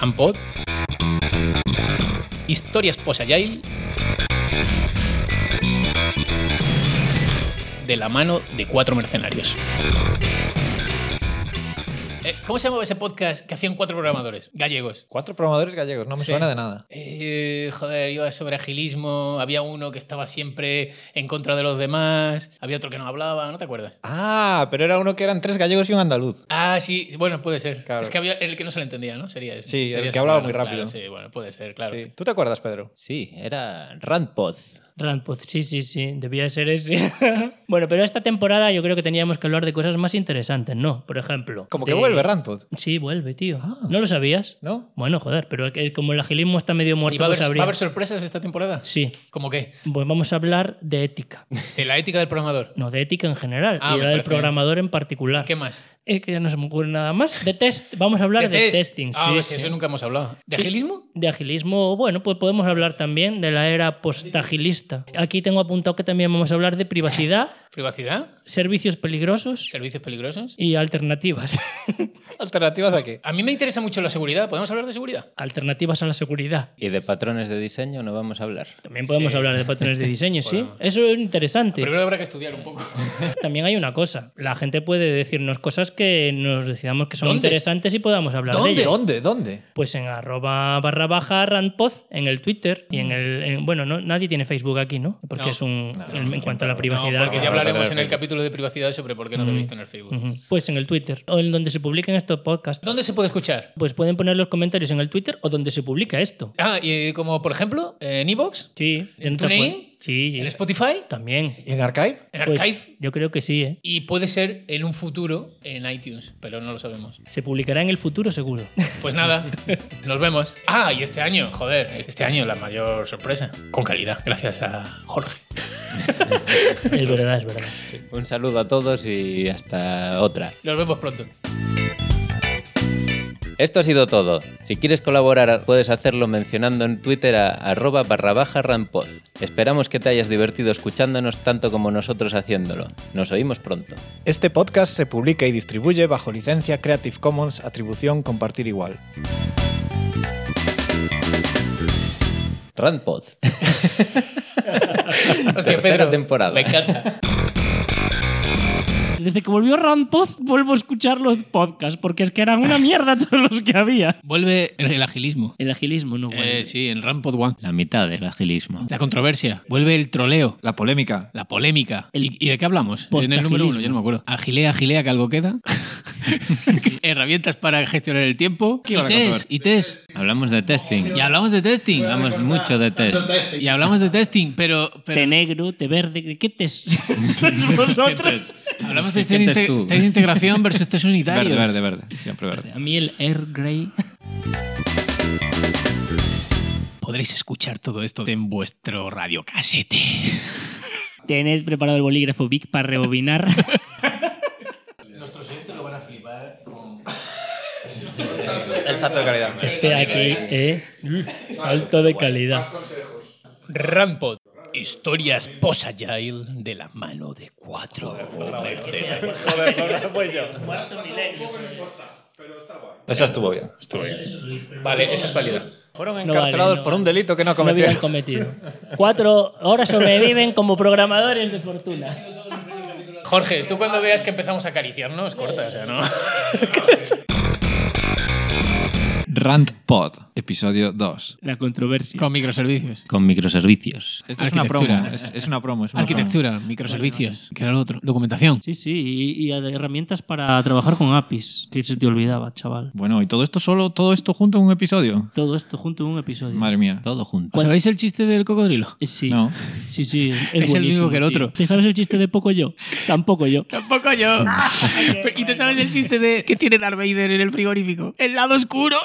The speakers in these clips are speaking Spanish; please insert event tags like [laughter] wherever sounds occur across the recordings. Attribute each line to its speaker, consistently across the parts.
Speaker 1: and Pod, Historias Post Agile, de la mano de cuatro mercenarios. Eh, ¿Cómo se llamaba ese podcast que hacían cuatro programadores gallegos?
Speaker 2: Cuatro programadores gallegos, no me
Speaker 1: Sí.
Speaker 2: suena de nada.
Speaker 1: Eh, joder, iba sobre agilismo, había uno que estaba siempre en contra de los demás, había otro que no hablaba, ¿no te acuerdas?
Speaker 2: Ah, pero era uno que eran tres gallegos y un andaluz.
Speaker 1: Ah, sí, bueno, puede ser.
Speaker 2: Claro.
Speaker 1: Es que había el que no se le entendía, ¿no? Sería ese.
Speaker 2: Sí, el
Speaker 1: Sería
Speaker 2: que
Speaker 1: ese,
Speaker 2: hablaba muy
Speaker 1: claro,
Speaker 2: rápido.
Speaker 1: claro, sí, bueno, puede ser, claro.
Speaker 2: Sí. ¿Tú te acuerdas, Pedro?
Speaker 3: Sí, era Randpod.
Speaker 4: Rampod, sí, sí, sí, debía ser ese. [laughs] bueno, pero esta temporada yo creo que teníamos que hablar de cosas más interesantes, ¿no? Por ejemplo.
Speaker 2: Como que
Speaker 4: de-
Speaker 2: vuelve Randpod,
Speaker 4: Sí, vuelve, tío.
Speaker 2: Ah.
Speaker 4: ¿No lo sabías?
Speaker 2: ¿no?
Speaker 4: Bueno, joder, pero que- como el agilismo está medio
Speaker 1: ¿Y
Speaker 4: muerto,
Speaker 1: va a, haber,
Speaker 4: pues habría-
Speaker 1: va a haber sorpresas esta temporada?
Speaker 4: Sí,
Speaker 1: ¿Cómo qué?
Speaker 4: pues vamos a hablar de ética.
Speaker 1: ¿De la ética del programador?
Speaker 4: No, de ética en general,
Speaker 1: Ah,
Speaker 4: y
Speaker 1: me
Speaker 4: la del
Speaker 1: parece bien.
Speaker 4: programador en particular.
Speaker 1: ¿Qué más?
Speaker 4: Es que ya no se me ocurre nada más. De test, vamos a hablar de,
Speaker 1: test?
Speaker 4: testing.
Speaker 1: Ah,
Speaker 4: sí,
Speaker 1: pues
Speaker 4: sí.
Speaker 1: eso nunca hemos hablado. ¿De agilismo?
Speaker 4: De agilismo, bueno, pues podemos hablar también de la era postagilista. Aquí tengo apuntado que también vamos a hablar de privacidad,
Speaker 1: ¿Privacidad?
Speaker 4: servicios peligrosos
Speaker 1: ¿Servicios peligrosos?
Speaker 4: y alternativas. [laughs]
Speaker 2: ¿Alternativas a qué?
Speaker 1: A mí me interesa mucho la seguridad. ¿Podemos hablar de seguridad?
Speaker 4: alternativas a la seguridad.
Speaker 3: Y de patrones de diseño no vamos a hablar.
Speaker 4: También podemos
Speaker 1: Sí.
Speaker 4: hablar de patrones de diseño, sí.
Speaker 1: Podemos.
Speaker 4: Eso es interesante.
Speaker 1: Primero habrá que estudiar un
Speaker 4: [laughs]
Speaker 1: poco.
Speaker 4: También hay una cosa. La gente puede decirnos cosas que nos decidamos que son
Speaker 1: ¿Dónde?
Speaker 4: interesantes y podamos hablar de
Speaker 1: ¿Dónde?
Speaker 4: ellas.
Speaker 2: ¿Dónde? ¿Dónde?
Speaker 4: Pues en arroba barra baja randpoz, en el Twitter y en el... en- bueno, no, nadie tiene Facebook aquí, ¿no? Porque
Speaker 1: Mm. No.
Speaker 4: es un...
Speaker 2: No,
Speaker 4: en, en cuanto a la privacidad...
Speaker 1: No, porque
Speaker 4: que-
Speaker 1: ya
Speaker 3: vamos a
Speaker 1: hablaremos
Speaker 3: tener
Speaker 1: en el
Speaker 3: Facebook.
Speaker 1: capítulo de privacidad sobre por qué no debéis tener Facebook.
Speaker 4: Ujú. Pues en el Twitter, o en donde se publiquen estos podcasts.
Speaker 1: ¿Dónde se puede escuchar?
Speaker 4: Pues pueden poner los comentarios en el Twitter o donde se publica esto.
Speaker 1: Ah, y como por ejemplo, en Evox,
Speaker 4: Sí. en otra
Speaker 1: TuneIn?
Speaker 4: pu- pues. Sí,
Speaker 1: en Spotify,
Speaker 4: también.
Speaker 2: ¿Y en Archive?
Speaker 1: en
Speaker 4: Pues,
Speaker 1: Archive.
Speaker 4: yo creo que sí, ¿eh?
Speaker 1: Y puede ser en un futuro en iTunes, pero no lo sabemos.
Speaker 4: Se publicará en el futuro [laughs] seguro.
Speaker 1: Pues nada, [laughs] nos vemos. Ah, y este año, joder, este año la mayor sorpresa. Con calidad, gracias a Jorge.
Speaker 4: es verdad, es verdad.
Speaker 3: Un saludo a todos y hasta otra.
Speaker 1: Nos vemos pronto.
Speaker 3: Esto ha sido todo. Si quieres colaborar, puedes hacerlo mencionando en Twitter a arroba barra baja rampod. Esperamos que te hayas divertido escuchándonos tanto como nosotros haciéndolo. Nos oímos pronto.
Speaker 2: Este podcast se publica y distribuye bajo licencia Creative Commons Atribución Compartir Igual.
Speaker 3: Rampod.
Speaker 1: Hostia,
Speaker 3: Tercera
Speaker 1: Pedro.
Speaker 3: temporada.
Speaker 1: Me encanta.
Speaker 4: Desde que volvió Rampoz, vuelvo a escuchar los podcasts, porque es que eran una mierda [laughs] todos los que había.
Speaker 1: Vuelve el agilismo. Eh,
Speaker 4: El agilismo no
Speaker 1: sí, en Rampod One.
Speaker 3: La mitad del agilismo.
Speaker 1: La controversia. Vuelve el troleo.
Speaker 2: La polémica.
Speaker 1: La polémica. ¿Y, y de qué hablamos? En el
Speaker 4: Postagilismo.
Speaker 1: número uno, ya no me acuerdo. Agilea, agilea, que algo queda. [laughs] Herramientas para gestionar el tiempo. Y
Speaker 2: iban a
Speaker 1: test,
Speaker 2: controver-
Speaker 1: y test.
Speaker 3: Hablamos de testing.
Speaker 1: Y hablamos de testing.
Speaker 3: Hablamos mucho de test.
Speaker 1: Y hablamos de testing, pero... pero-
Speaker 4: Te negro, te verde, ¿de ¿qué te sois vosotros?
Speaker 1: hablamos de
Speaker 3: ¿Qué
Speaker 1: test,
Speaker 3: test
Speaker 1: inte-
Speaker 3: tú?
Speaker 1: test de integración versus este test unitarios.
Speaker 2: verde. Siempre verde.
Speaker 4: A mí el Air Grey.
Speaker 1: Podréis escuchar todo esto en vuestro radiocasete.
Speaker 4: [laughs] Tened preparado el bolígrafo Big para rebobinar. [laughs]
Speaker 1: Nuestros oyentes lo van a flipar con...
Speaker 2: El salto de calidad.
Speaker 4: Este aquí, ¿eh? Salto de calidad.
Speaker 1: Rampod. Historias post de la mano de cuatro
Speaker 2: Esa estuvo bien.
Speaker 1: Vale, esa es válida.
Speaker 2: Fueron
Speaker 4: vale,
Speaker 2: encarcelados
Speaker 4: no
Speaker 2: por
Speaker 4: vale.
Speaker 2: un delito que no
Speaker 4: No habían
Speaker 2: cometieron.
Speaker 4: cometido. Cuatro horas sobreviven como programadores de fortuna.
Speaker 1: Jorge, tú cuando veas que empezamos a acariciarnos, corta, o sea, ¿no?
Speaker 5: Rant Pod, episodio 2.
Speaker 4: La
Speaker 1: [laughs]
Speaker 4: controversia.
Speaker 1: Con microservicios.
Speaker 3: Con microservicios.
Speaker 5: Esta es una
Speaker 1: Arquitectura.
Speaker 5: promo. Es, es una promo. es una
Speaker 1: Arquitectura, microservicios. ¿Qué era lo otro? Documentación.
Speaker 4: Sí, sí, y, y herramientas para trabajar con APIs, que se te olvidaba, chaval.
Speaker 5: promo. Bueno, y todo esto solo, todo esto junto en un episodio.
Speaker 4: Todo esto junto en un episodio.
Speaker 5: Madre mía.
Speaker 3: Todo junto.
Speaker 5: Pues
Speaker 1: ¿Os sabéis el chiste del cocodrilo?
Speaker 4: Eh, Sí,
Speaker 5: No.
Speaker 4: sí, sí. Es,
Speaker 1: el
Speaker 4: buenísimo,
Speaker 1: mismo que el
Speaker 4: tío.
Speaker 1: otro.
Speaker 4: ¿Te sabes el chiste de poco yo? Tampoco yo.
Speaker 1: Tampoco [laughs] yo. Pero- ¿Y te sabes el chiste de que tiene Darth Vader en el frigorífico? ¡El lado oscuro!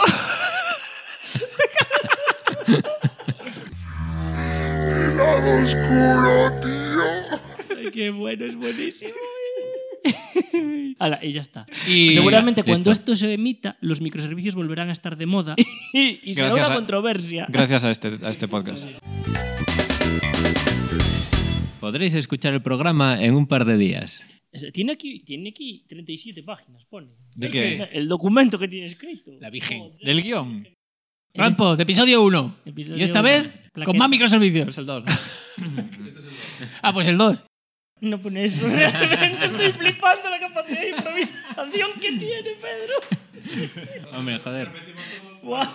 Speaker 4: Ay, qué bueno, es [laughs] buenísimo. Ala, y ya está.
Speaker 1: [laughs] Y-
Speaker 4: Pues Seguramente cuando
Speaker 3: listo.
Speaker 4: esto se emita, los microservicios volverán a estar de moda y será
Speaker 5: Gracias
Speaker 4: una
Speaker 5: a-
Speaker 4: controversia.
Speaker 5: Gracias a este, a este podcast.
Speaker 3: Podréis escuchar el programa en un par de días.
Speaker 4: Tiene aquí, tiene aquí 37 páginas, pone.
Speaker 5: ¿De qué?
Speaker 4: El documento que tiene escrito.
Speaker 1: La Virgen.
Speaker 5: ¿Del guión?
Speaker 1: Rampos, episodio 1.
Speaker 4: Episodio
Speaker 1: Y esta
Speaker 4: uno.
Speaker 1: vez con
Speaker 4: Plaquetas.
Speaker 1: más microservicios.
Speaker 5: Pues el 2.
Speaker 1: Ah, pues el 2.
Speaker 4: No pone eso. [laughs] Realmente estoy flipando la capacidad de improvisación que tiene Pedro.
Speaker 3: Hombre, joder.
Speaker 4: Guau.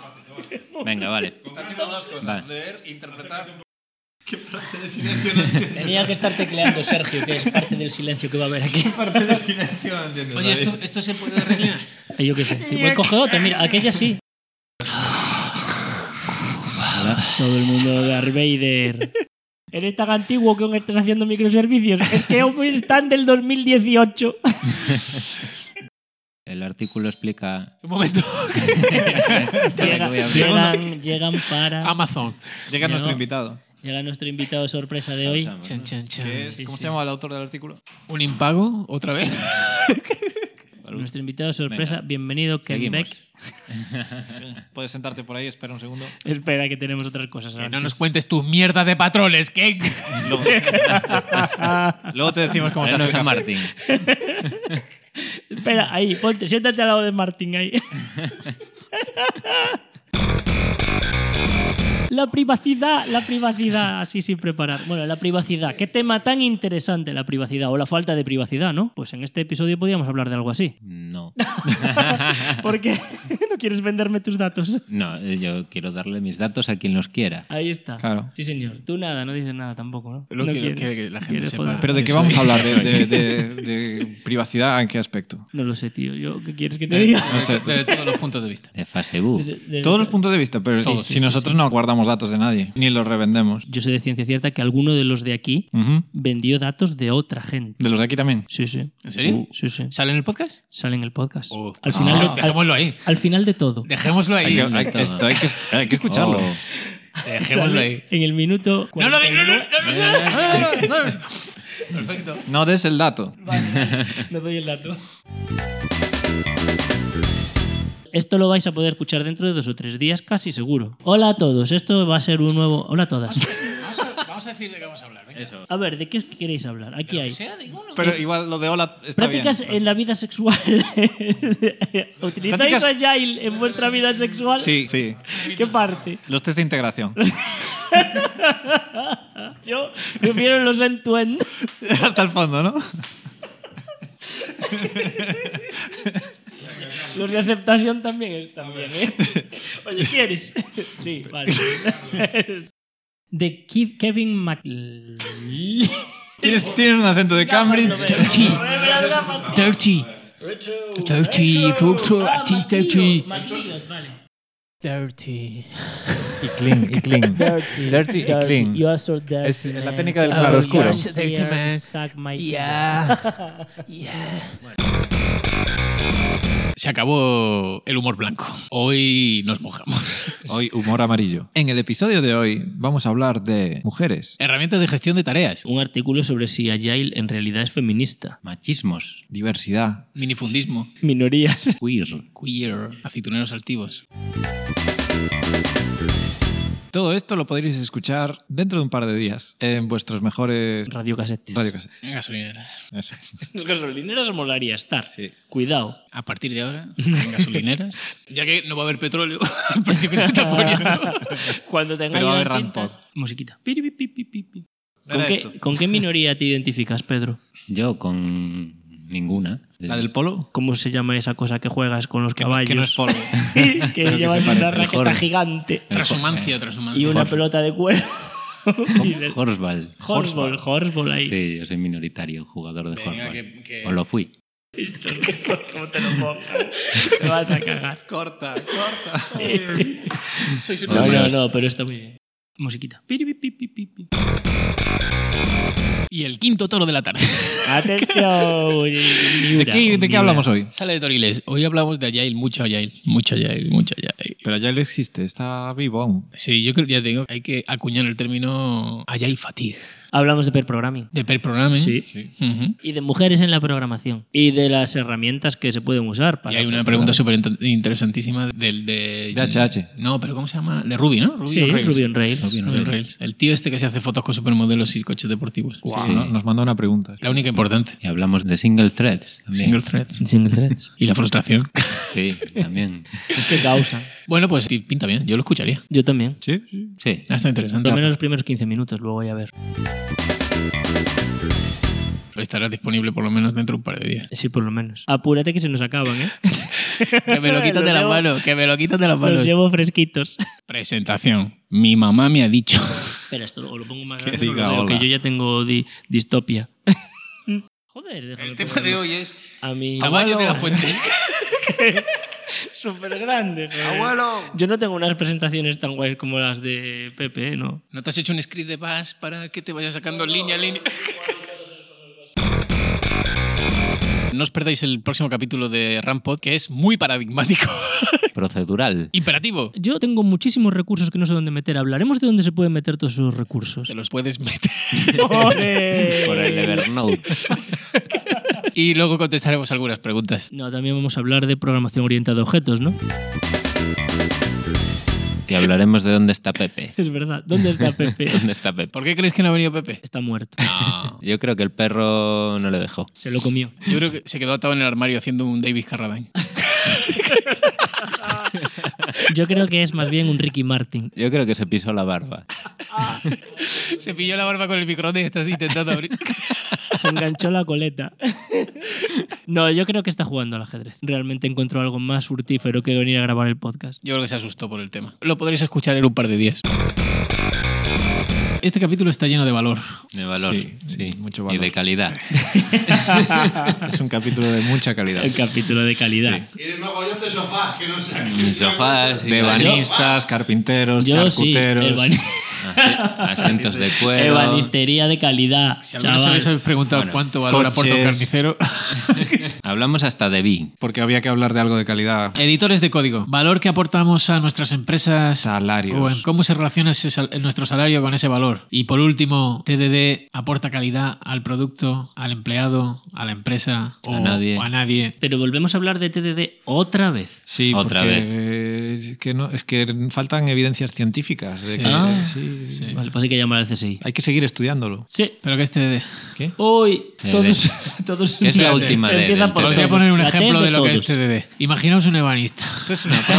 Speaker 3: Venga, vale.
Speaker 6: Está haciendo dos cosas:
Speaker 3: Vale.
Speaker 6: leer, interpretar.
Speaker 4: Tenía que estar tecleando Sergio, que es parte del silencio que va a haber aquí.
Speaker 6: Parte de silencio no entiendo.
Speaker 1: Oye, esto, esto se puede arreglar.
Speaker 4: Eh, Yo qué sé. Voy coge otra, mira, aquella sí. Todo el mundo Darth Vader. Eres tan antiguo que aún estás haciendo microservicios. Es que aún están del
Speaker 3: [laughs]
Speaker 4: 2018.
Speaker 3: El artículo explica.
Speaker 1: [laughs] Un momento.
Speaker 3: Ahora que voy a abrir.
Speaker 4: llegan, llegan para.
Speaker 1: Amazon.
Speaker 5: Llega
Speaker 4: No.
Speaker 5: nuestro invitado.
Speaker 4: Llega nuestro invitado sorpresa de hoy.
Speaker 1: Chan, chan, chan.
Speaker 5: Que es,
Speaker 4: sí,
Speaker 5: ¿Cómo
Speaker 4: sí.
Speaker 5: se llama el autor del artículo?
Speaker 1: Un impago, otra vez.
Speaker 4: Nuestro invitado sorpresa.
Speaker 3: Venga.
Speaker 4: Bienvenido, Ken
Speaker 3: pues, Seguimos.
Speaker 4: Beck.
Speaker 5: Puedes sentarte por ahí, espera un segundo.
Speaker 4: Espera, que tenemos otras cosas.
Speaker 1: Que no
Speaker 4: antes.
Speaker 1: nos cuentes tus mierdas de patroles, que
Speaker 5: Luego, Luego te decimos cómo se hace
Speaker 3: Traernos
Speaker 5: el
Speaker 3: a
Speaker 5: café.
Speaker 3: Martín.
Speaker 4: Espera, ahí, ponte, siéntate al lado de Martín ahí. La privacidad, la privacidad, así sin preparar. Bueno, la privacidad. Qué tema tan interesante la privacidad o la falta de privacidad, ¿no? Pues en este episodio podíamos hablar de algo así.
Speaker 3: No.
Speaker 4: Porque no quieres venderme tus datos.
Speaker 3: No, eh, yo quiero darle mis datos a quien los quiera.
Speaker 4: Ahí está.
Speaker 5: Claro.
Speaker 4: Sí, señor. Tú nada, no dices nada tampoco, ¿no?
Speaker 1: Lo
Speaker 4: No
Speaker 1: quiero
Speaker 4: quieres.
Speaker 1: que la gente
Speaker 4: Quieres
Speaker 1: sepa.
Speaker 4: poder-
Speaker 5: Pero ¿de qué vamos a hablar? [laughs] ¿De, de- de- de privacidad? ¿En qué aspecto?
Speaker 4: No lo sé, tío. Yo, ¿qué quieres que
Speaker 1: Eh,
Speaker 4: te diga?
Speaker 1: Desde todos los puntos de vista.
Speaker 3: De Facebook.
Speaker 4: Desde- desde-
Speaker 5: Todos los puntos de vista, pero
Speaker 1: Todos,
Speaker 5: si
Speaker 1: sí, sí,
Speaker 5: nosotros no guardamos datos de nadie, ni los revendemos.
Speaker 4: Yo sé de ciencia cierta que alguno de los de aquí
Speaker 5: Ujú.
Speaker 4: vendió datos de otra gente.
Speaker 5: ¿De los de aquí también?
Speaker 4: Sí, sí.
Speaker 1: ¿En serio?
Speaker 4: Sí, sí.
Speaker 1: ¿Sale en el podcast?
Speaker 4: Sale en el podcast.
Speaker 1: Oh.
Speaker 4: al, final
Speaker 1: Ah,
Speaker 4: de, al,
Speaker 1: dejémoslo ahí.
Speaker 4: al final de todo.
Speaker 1: Dejémoslo
Speaker 5: Hay
Speaker 1: ahí.
Speaker 5: que, hay-
Speaker 3: Inventado.
Speaker 5: esto hay que, hay que escucharlo.
Speaker 3: Oh.
Speaker 1: Dejémoslo
Speaker 4: Sale
Speaker 1: ahí.
Speaker 4: En el minuto.
Speaker 1: No, no, no, no,
Speaker 4: 49.
Speaker 1: no, no, no, no, no, no. Perfecto.
Speaker 5: No des el dato.
Speaker 4: No doy el dato. Esto lo vais a poder escuchar dentro de dos o tres días, casi seguro. Hola a todos, esto va a ser un nuevo. Hola a todas.
Speaker 1: Vamos a, vamos a decir de qué vamos a hablar. venga.
Speaker 3: Eso.
Speaker 4: A ver, ¿de qué os queréis hablar? Aquí hay.
Speaker 1: Sea de uno.
Speaker 5: Pero igual lo de hola está bien.
Speaker 4: Prácticas en la vida sexual. [laughs] ¿Utilizáis
Speaker 5: Prácticas-
Speaker 4: Agile en vuestra vida sexual?
Speaker 5: Sí, sí.
Speaker 4: ¿Qué parte?
Speaker 5: Los test de integración. [laughs]
Speaker 4: Yo prefiero los end-to-end.
Speaker 5: Hasta el fondo, ¿no?
Speaker 4: Los de aceptación también están bien, ¿eh? [laughs] Oye, ¿quieres? Sí, vale. [laughs] De Kev- Kevin [laughs] Mac...
Speaker 5: Tienes, tienes un acento de Cambridge.
Speaker 1: Dirty. Dirty. Dirty. Dirty. Dirty. Dirty.
Speaker 2: Y clean, y clean. Dirty y clean.
Speaker 4: You are so dirty,
Speaker 2: Es la
Speaker 4: man.
Speaker 2: técnica del
Speaker 1: Oh,
Speaker 2: claroscuro.
Speaker 1: you're so dirty,
Speaker 4: Here,
Speaker 1: man.
Speaker 4: suck my dick.
Speaker 1: Yeah. [laughs] Se acabó el humor blanco. Hoy nos [laughs] mojamos.
Speaker 5: Hoy, humor amarillo. En el episodio de hoy vamos a hablar de mujeres.
Speaker 1: Herramientas de gestión de tareas.
Speaker 4: Un artículo sobre si Agile en realidad es feminista.
Speaker 3: Machismos.
Speaker 5: Diversidad.
Speaker 1: Minifundismo.
Speaker 4: Minorías. [laughs]
Speaker 3: Queer.
Speaker 1: Queer. Aceituneros altivos.
Speaker 5: Todo esto lo podréis escuchar dentro de un par de días en vuestros mejores
Speaker 4: Radio Casetes.
Speaker 5: radios.
Speaker 1: Gasolineras.
Speaker 5: Eso.
Speaker 4: Los gasolineras molaría estar.
Speaker 5: Sí.
Speaker 4: Cuidado.
Speaker 1: A partir de ahora, en gasolineras. [laughs] Ya que no va a haber petróleo, [laughs] al precio que se está poniendo.
Speaker 4: Ah. [laughs] Cuando tengáis
Speaker 5: Pero va a haber
Speaker 4: las
Speaker 5: Rand
Speaker 4: cintas-
Speaker 5: Paul.
Speaker 4: Musiquita. Piri, pi, pi, pi, pi, pi. ¿Con
Speaker 5: Era
Speaker 4: qué,
Speaker 5: esto.
Speaker 4: con qué minoría te identificas, Pedro?
Speaker 3: Yo con ninguna.
Speaker 5: ¿La del polo?
Speaker 4: ¿Cómo se llama esa cosa que juegas con los
Speaker 5: Que no,
Speaker 4: caballos?
Speaker 5: que no es polo.
Speaker 4: [laughs] que llevas
Speaker 5: se
Speaker 4: una
Speaker 5: parece.
Speaker 4: raqueta
Speaker 3: Mejor.
Speaker 4: gigante
Speaker 1: Transhumancia, transhumancia.
Speaker 4: y una pelota de
Speaker 5: [laughs]
Speaker 4: cuero. Y de-
Speaker 3: Horsball.
Speaker 4: Horseball, horseball ahí.
Speaker 3: Sí, yo soy minoritario jugador de horsball.
Speaker 1: que- que-
Speaker 3: O lo fui.
Speaker 4: ¿Cómo te lo pongo? Te vas a
Speaker 5: [laughs]
Speaker 4: cagar.
Speaker 5: Corta, corta.
Speaker 1: [laughs] Sois
Speaker 3: No,
Speaker 4: No,
Speaker 1: unos-
Speaker 4: no,
Speaker 3: no,
Speaker 4: no, pero está muy bien. Musiquita. Piri, pi, pi, pi, pi, pi.
Speaker 1: Y el quinto toro de la tarde.
Speaker 4: [laughs] Atención.
Speaker 5: ¿De qué, de qué hablamos hoy?
Speaker 1: Sale de Toriles. Hoy hablamos de Agile, mucho Agile, mucho Agile, mucho Agile.
Speaker 5: Pero ya le existe, está vivo aún.
Speaker 1: Sí, yo creo que ya tengo. Hay que acuñar el término Agile Fatigue.
Speaker 4: Hablamos de pair programming.
Speaker 1: De per programa. ¿eh?
Speaker 4: Sí.
Speaker 1: Ujú.
Speaker 4: Y de mujeres en la programación. Y de las herramientas que se pueden usar. Para
Speaker 1: Y hay una pregunta súper int- interesantísima del de.
Speaker 5: De HH.
Speaker 1: No, pero ¿cómo se llama? De Ruby, ¿no? Ruby
Speaker 4: Sí,
Speaker 1: on Rails.
Speaker 4: Ruby on Rails.
Speaker 1: Ruby on Rails. El tío este que se hace fotos con supermodelos y coches deportivos.
Speaker 5: Sí, no- Nos mandó una pregunta.
Speaker 1: La única importante.
Speaker 3: Y hablamos de single threads. también.
Speaker 1: Single threads. [laughs]
Speaker 4: Single threads.
Speaker 1: Y la frustración.
Speaker 3: Sí, también.
Speaker 4: ¿Qué causa?
Speaker 1: Bueno, pues sí, pinta bien, yo lo escucharía.
Speaker 4: Yo también.
Speaker 5: Sí, [laughs] sí.
Speaker 3: Sí.
Speaker 1: Ah, Está interesante.
Speaker 4: Al menos los primeros 15 minutos, luego ya ver.
Speaker 1: Estará disponible por lo menos dentro de un par de días.
Speaker 4: Sí, por lo menos. Apúrate que se nos acaban, ¿eh?
Speaker 1: Que [laughs] me lo quitan de las manos, que me lo quitan de las [laughs]
Speaker 4: Los
Speaker 1: manos.
Speaker 4: llevo fresquitos.
Speaker 1: Presentación. Mi mamá me ha dicho.
Speaker 4: Espera, esto lo, o lo pongo
Speaker 1: [laughs]
Speaker 4: más
Speaker 5: Que
Speaker 4: grande. o lo
Speaker 5: diga
Speaker 4: leo,
Speaker 5: hola.
Speaker 4: que yo ya tengo di- distopia. [laughs] Joder, déjame
Speaker 6: El tema
Speaker 4: ponerlo.
Speaker 6: de hoy es
Speaker 4: A mi
Speaker 6: tamaño de
Speaker 4: [laughs]
Speaker 6: la fuente.
Speaker 4: Súper grande,
Speaker 6: ¡Abuelo!
Speaker 4: Yo no tengo unas presentaciones tan guays como las de Pepe, ¿eh? ¿no?
Speaker 1: ¿No te has hecho un script de Bass para que te vayas sacando línea a línea? No os perdáis el próximo capítulo de Rampod, que es muy paradigmático. [laughs]
Speaker 3: Procedural.
Speaker 1: Imperativo.
Speaker 4: Yo tengo muchísimos recursos que no sé dónde meter. Hablaremos de dónde se pueden meter todos esos
Speaker 1: [laughs]
Speaker 4: recursos.
Speaker 1: Te los puedes meter.
Speaker 4: [laughs] ¡Ole!
Speaker 3: Por el Evernote.
Speaker 1: Y luego contestaremos algunas preguntas.
Speaker 4: No, también vamos a hablar de programación orientada a objetos, ¿no? [laughs]
Speaker 3: Y hablaremos de dónde
Speaker 1: [laughs]
Speaker 3: está Pepe.
Speaker 4: Es verdad. ¿Dónde está Pepe?
Speaker 3: [laughs] ¿Dónde está Pepe?
Speaker 1: ¿Por qué crees que no ha venido Pepe?
Speaker 4: Está muerto.
Speaker 3: Yo creo que el perro no le dejó.
Speaker 4: Se lo comió.
Speaker 1: Yo creo que se quedó atado en el armario haciendo un David Carradine. [laughs]
Speaker 4: Yo creo que es más bien un Ricky Martin.
Speaker 3: Yo creo que se pisó la barba.
Speaker 1: Se pilló la barba con el microondas y estás intentando abrir.
Speaker 4: Se enganchó la coleta. [laughs] No, yo creo que está jugando al ajedrez. Realmente encontró algo más fructífero que venir a grabar el podcast.
Speaker 1: Yo creo que se asustó por el tema. Lo podréis escuchar en un par de días. Este capítulo está lleno de valor.
Speaker 3: De valor.
Speaker 5: Sí,
Speaker 3: sí.
Speaker 5: mucho
Speaker 3: Y
Speaker 5: valor.
Speaker 3: de calidad.
Speaker 5: Es un capítulo de mucha calidad.
Speaker 4: El capítulo de calidad.
Speaker 6: Y de mogollón de sofás que no sé aquí.
Speaker 3: Ni sofás, ni
Speaker 5: De
Speaker 3: nada. [laughs]
Speaker 5: banistas, carpinteros,
Speaker 4: Yo sí,
Speaker 5: charcuteros.
Speaker 4: Evan-
Speaker 3: Asi- Asientos de cuero.
Speaker 4: ebanistería de calidad.
Speaker 1: Si alguna vez
Speaker 4: chaval.
Speaker 1: habéis preguntado
Speaker 3: Bueno,
Speaker 1: cuánto valor aporta un
Speaker 5: coches.
Speaker 1: carnicero.
Speaker 3: Hablamos hasta de vin.
Speaker 5: Porque había que hablar de algo de calidad.
Speaker 1: Editores de código. Valor que aportamos a nuestras empresas.
Speaker 5: Salarios.
Speaker 1: O en cómo se relaciona ese sal- nuestro salario con ese valor. Y por último, TDD aporta calidad al producto, al empleado, a la empresa o
Speaker 3: nadie.
Speaker 1: o a nadie.
Speaker 4: Pero volvemos a hablar de TDD otra vez.
Speaker 5: Sí,
Speaker 3: Otra
Speaker 5: porque,
Speaker 3: vez.
Speaker 5: eh, que no, es que faltan evidencias científicas. de
Speaker 1: Sí.
Speaker 5: que-
Speaker 1: Ah,
Speaker 5: sí,
Speaker 1: sí.
Speaker 4: Vale, pues hay que llamar al CSI.
Speaker 5: Hay que seguir estudiándolo.
Speaker 4: Sí.
Speaker 1: Pero que es TDD.
Speaker 5: ¿Qué?
Speaker 4: Hoy
Speaker 3: TDD.
Speaker 4: todos, [laughs] todos
Speaker 3: Que
Speaker 4: [laughs]
Speaker 3: es la
Speaker 4: Espérate.
Speaker 3: última de-
Speaker 4: Empieza
Speaker 3: del
Speaker 4: por
Speaker 1: Os voy a
Speaker 4: todos.
Speaker 1: poner un
Speaker 4: La T es
Speaker 1: ejemplo de lo que es
Speaker 4: todos.
Speaker 1: TDD. Imaginaos un ebanista.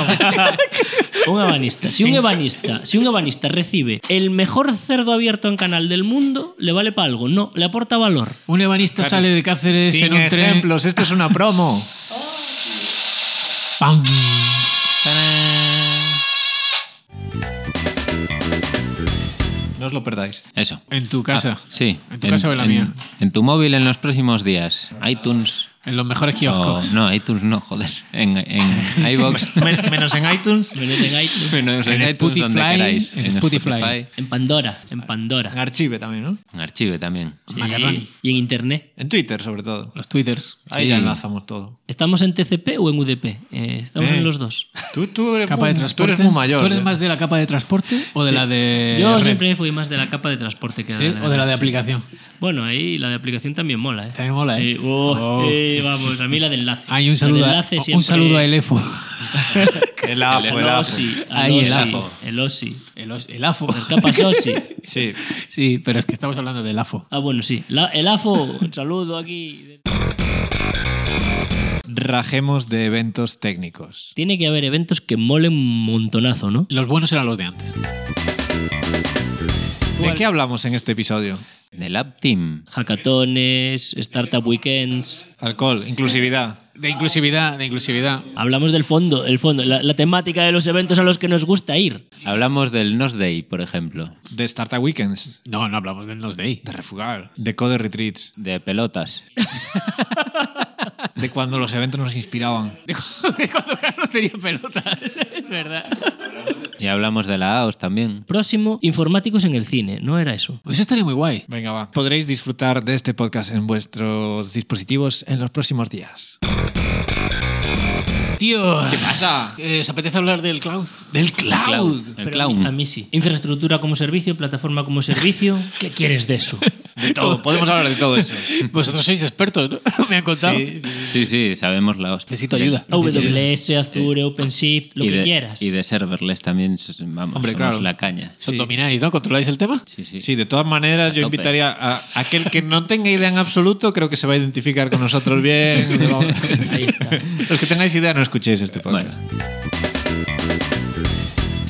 Speaker 4: [laughs] Un ebanista. Si un ebanista, si un ebanista recibe el mejor cerdo abierto en canal del mundo, ¿le vale para algo? No, le aporta valor.
Speaker 1: Un ebanista sale de Cáceres en
Speaker 5: Sin
Speaker 1: un tren.
Speaker 5: ejemplos, esto es una promo.
Speaker 1: ¡Pam!
Speaker 5: No os lo perdáis.
Speaker 3: Eso.
Speaker 1: En tu casa.
Speaker 3: Sí.
Speaker 1: En tu casa o en la mía.
Speaker 3: En tu móvil en los próximos días. iTunes.
Speaker 1: En los mejores
Speaker 3: o-
Speaker 1: kioscos.
Speaker 3: no, iTunes no, joder. En,
Speaker 1: [laughs]
Speaker 3: en iBox. [laughs]
Speaker 5: Menos en iTunes.
Speaker 4: Me lo tengáis
Speaker 3: Menos en,
Speaker 1: En
Speaker 3: iTunes donde
Speaker 1: Spotify,
Speaker 3: queráis.
Speaker 1: en Spotify.
Speaker 4: En Pandora, en
Speaker 5: En
Speaker 1: Ah,
Speaker 4: Pandora.
Speaker 5: Archive también, ¿no?
Speaker 3: En archive también.
Speaker 4: Sí.
Speaker 1: Macarrani.
Speaker 4: Y en Internet.
Speaker 5: En Twitter, sobre todo.
Speaker 1: Los twitters.
Speaker 5: Ahí
Speaker 3: Sí.
Speaker 5: ya enlazamos todo.
Speaker 4: ¿Estamos en TCP o en UDP? Eh, estamos
Speaker 5: Eh.
Speaker 4: en los dos.
Speaker 5: Tú, tú eres,
Speaker 1: Capa de
Speaker 5: muy- tú
Speaker 1: transporte.
Speaker 5: eres muy mayor.
Speaker 1: ¿Tú eres
Speaker 5: ¿eh?
Speaker 1: más de la capa de transporte o de la de.
Speaker 4: Yo
Speaker 1: red?
Speaker 4: siempre fui más de la capa de transporte que
Speaker 1: Eh, ¿Sí?
Speaker 4: la
Speaker 1: O de la de
Speaker 4: sí.
Speaker 1: aplicación.
Speaker 4: Bueno, ahí la de aplicación también mola, ¿eh?
Speaker 1: También mola, ¿eh?
Speaker 4: Sí, oh,
Speaker 1: Oh.
Speaker 4: sí, vamos, a mí la de enlace.
Speaker 1: Hay un
Speaker 4: La
Speaker 1: saludo,
Speaker 4: de
Speaker 1: a,
Speaker 4: enlace
Speaker 1: un
Speaker 4: siempre-
Speaker 1: saludo a Elefo.
Speaker 5: El afo, el
Speaker 4: El
Speaker 5: afo.
Speaker 4: OSI.
Speaker 1: Ahí, el
Speaker 4: el OSI.
Speaker 1: afo.
Speaker 4: El OSI.
Speaker 1: [laughs] El, os- el AFO.
Speaker 4: Las capas OSI.
Speaker 5: Sí.
Speaker 1: [laughs] Sí, pero es que estamos hablando del AFO.
Speaker 4: Ah, bueno, sí. La- el AFO, un saludo aquí.
Speaker 5: Rajemos de eventos técnicos.
Speaker 4: Tiene que haber eventos que molen un montonazo, ¿no?
Speaker 1: Los buenos eran los de antes.
Speaker 5: ¿De qué hablamos en este episodio?
Speaker 3: Del App Team.
Speaker 4: Hackatones, Startup Weekends.
Speaker 5: Alcohol, inclusividad.
Speaker 1: De inclusividad, de inclusividad.
Speaker 4: Hablamos del fondo, el fondo, la, la temática de los eventos a los que nos gusta ir.
Speaker 3: Hablamos del Nos Day, por ejemplo.
Speaker 5: De Startup Weekends.
Speaker 1: No, no hablamos del Nos Day.
Speaker 5: De Refugar. De Code Retreats.
Speaker 3: De pelotas.
Speaker 5: De cuando los eventos nos inspiraban.
Speaker 1: De cu- [laughs] de cuando Carlos tenía pelotas. [laughs] Es verdad.
Speaker 3: Y hablamos de la AOS también.
Speaker 4: Próximo, informáticos en el cine, no era eso.
Speaker 1: Pues eso estaría muy guay.
Speaker 5: Venga, va. Podréis disfrutar de este podcast en vuestros dispositivos en los próximos días.
Speaker 1: Tío,
Speaker 5: pasa?
Speaker 1: eh, ¿os apetece hablar del cloud?
Speaker 5: Del cloud.
Speaker 3: El
Speaker 4: Pero a mí-
Speaker 3: clown. [laughs]
Speaker 4: A mí sí. Infraestructura como servicio, plataforma como servicio. ¿Qué quieres de eso?
Speaker 7: De todo, podemos hablar de todo eso.
Speaker 1: Vosotros sois expertos, ¿no? [laughs] Me han contado.
Speaker 7: Sí, sí, sabemos la hostia.
Speaker 1: Necesito ayuda.
Speaker 4: AWS,
Speaker 3: Eh,
Speaker 4: Azure, OpenShift, lo
Speaker 7: y
Speaker 4: que
Speaker 7: de,
Speaker 4: quieras.
Speaker 7: Y de serverless también, s- vamos,
Speaker 5: Hombre,
Speaker 7: somos
Speaker 5: claro.
Speaker 7: la caña.
Speaker 1: Son- Domináis, ¿no? ¿Controláis el tema?
Speaker 7: Sí, sí.
Speaker 5: Sí, de todas maneras, yo
Speaker 7: tope.
Speaker 5: invitaría a aquel que no tenga idea en absoluto, creo que se va a identificar con nosotros bien.
Speaker 1: [laughs]
Speaker 4: Ahí está.
Speaker 3: [laughs]
Speaker 5: Los que tengáis idea, no escuchéis este podcast.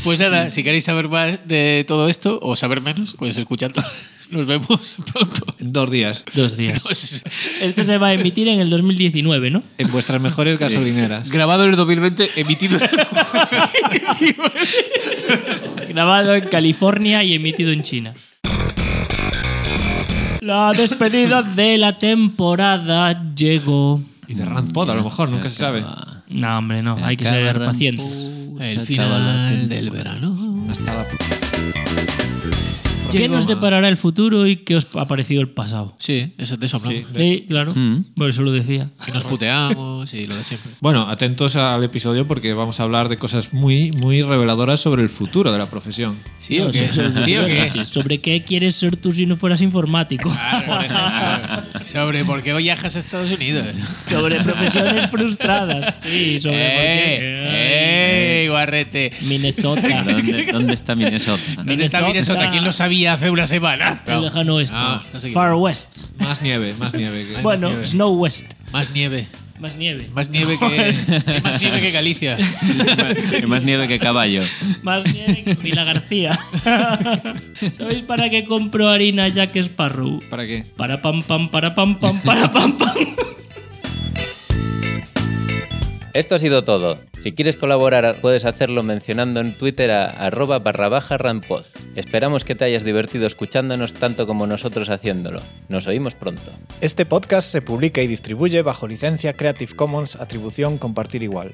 Speaker 1: Pues nada, si queréis saber más de todo esto o saber menos, pues escuchando. [laughs] Nos vemos pronto.
Speaker 5: En dos días.
Speaker 4: Dos días.
Speaker 1: Pues,
Speaker 4: Esto se va a emitir en el 2019, ¿no?
Speaker 5: En vuestras mejores gasolineras.
Speaker 1: grabado en el 2020, emitido en el
Speaker 4: Grabado en California y emitido en China. La despedida de la temporada llegó.
Speaker 5: Y de Rand Pod, a lo mejor, nunca se sabe.
Speaker 4: No, hombre, no, hay que
Speaker 7: acaba
Speaker 4: ser
Speaker 7: Rand
Speaker 4: pacientes.
Speaker 1: El final del verano.
Speaker 4: ¿Qué nos deparará el futuro y qué os ha parecido el pasado?
Speaker 1: Sí, eso de eso hablamos.
Speaker 4: Sí, claro,
Speaker 3: Mm.
Speaker 4: por eso lo decía.
Speaker 1: Que nos puteamos y lo de siempre.
Speaker 5: Bueno, atentos al episodio porque vamos a hablar de cosas muy, muy reveladoras sobre el futuro de la profesión.
Speaker 1: ¿Sí o qué?
Speaker 4: Sobre- sobre-
Speaker 1: ¿Sí o
Speaker 4: [laughs]
Speaker 1: qué?
Speaker 4: Sobre qué quieres ser tú si no fueras informático.
Speaker 1: Sobre por qué viajas a Estados Unidos.
Speaker 4: [laughs] sobre profesiones frustradas. Sí, sobre por qué-
Speaker 1: ¡Eh! ¡Eh! Guarrete. [laughs]
Speaker 4: Minnesota.
Speaker 7: ¿Dónde, dónde está Minnesota?
Speaker 1: ¿Dónde está Minnesota? ¿Quién lo sabía hace una semana?
Speaker 4: El lejano oeste.
Speaker 1: Ah, no sé qué.
Speaker 4: Far West.
Speaker 5: Más nieve, más nieve. que-
Speaker 4: Bueno,
Speaker 1: nieve.
Speaker 4: Snow West.
Speaker 1: Más nieve.
Speaker 4: Más nieve.
Speaker 1: Más nieve
Speaker 4: [laughs]
Speaker 1: que, más nieve que Galicia.
Speaker 7: Hay más nieve que caballo.
Speaker 4: Más nieve que Mila
Speaker 1: [laughs]
Speaker 4: García. ¿Sabéis para qué compró harina Jack Sparrow?
Speaker 5: ¿Para qué?
Speaker 4: Para pam pam, para pam pam, para pam pam.
Speaker 3: Esto ha sido todo. Si quieres colaborar, puedes hacerlo mencionando en Twitter a arroba barra baja rampoz. Esperamos que te hayas divertido escuchándonos tanto como nosotros haciéndolo. Nos oímos pronto.
Speaker 2: Este podcast se publica y distribuye bajo licencia Creative Commons Atribución Compartir Igual.